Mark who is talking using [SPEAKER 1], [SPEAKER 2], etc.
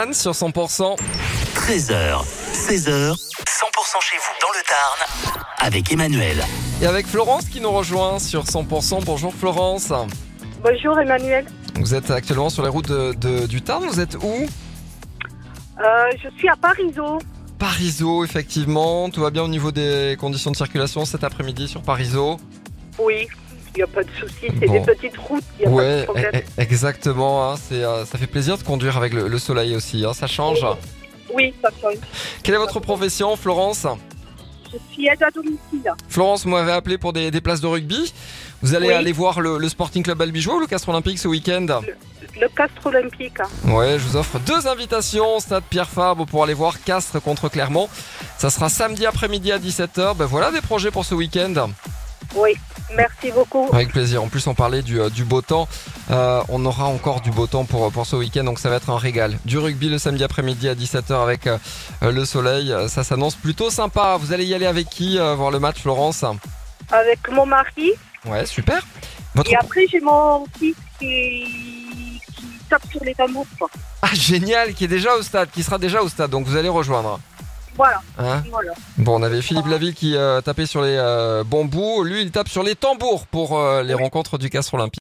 [SPEAKER 1] Anne sur 100%.
[SPEAKER 2] 13h, 16h, 100% chez vous dans le Tarn, avec Emmanuel.
[SPEAKER 1] Et avec Florence qui nous rejoint sur 100%. Bonjour Florence.
[SPEAKER 3] Bonjour Emmanuel,
[SPEAKER 1] Vous êtes actuellement sur les routes de- de- du Tarn. Vous êtes où
[SPEAKER 3] Euh, je suis à Parisot.
[SPEAKER 1] Parisot, effectivement. Tout va bien au niveau des conditions de circulation cet après-midi sur Parisot.
[SPEAKER 3] Oui, il n'y a pas de souci, c'est
[SPEAKER 1] Bon.
[SPEAKER 3] des petites routes, il n'y a pas de
[SPEAKER 1] Ouais,
[SPEAKER 3] problème.
[SPEAKER 1] e- e- exactement. hein. C'est, euh, ça fait plaisir de conduire avec le, le soleil aussi. hein. Ça change. eh.
[SPEAKER 3] Oui, ça change.
[SPEAKER 1] Quelle est votre profession, Florence
[SPEAKER 3] Je suis aide à domicile.
[SPEAKER 1] Florence, vous m'avez appelé pour des, des places de rugby. Vous allez
[SPEAKER 3] Oui.
[SPEAKER 1] aller voir le, le Sporting Club Albigeois ou le Castres Olympique ce week-end
[SPEAKER 3] Le castre olympique.
[SPEAKER 1] Ouais, je vous offre deux invitations au stade Pierre Fabre pour aller voir Castres contre Clermont. Ça sera samedi après-midi à 17h. Ben voilà des projets pour ce week-end.
[SPEAKER 3] Oui, merci beaucoup.
[SPEAKER 1] Avec plaisir. En plus, on parlait du, euh, du beau temps. Euh, on aura encore du beau temps pour, pour ce week-end, donc ça va être un régal. Du rugby le samedi après-midi à 17h avec euh, le soleil. Euh, Ça s'annonce plutôt sympa. Vous allez y aller avec qui euh, voir le match, Florence
[SPEAKER 3] Avec mon mari,
[SPEAKER 1] Ouais, super. Votre...
[SPEAKER 3] et après j'ai mon fils qui, qui tape sur les tambours. quoi.
[SPEAKER 1] Ah, génial, qui est déjà au stade, qui sera déjà au stade, donc vous allez rejoindre.
[SPEAKER 3] Voilà,
[SPEAKER 1] Hein
[SPEAKER 3] voilà.
[SPEAKER 1] Bon, on avait Philippe Laville qui euh, tapait sur les euh, bambous. Lui, il tape sur les tambours pour euh, les rencontres du Castres Olympique.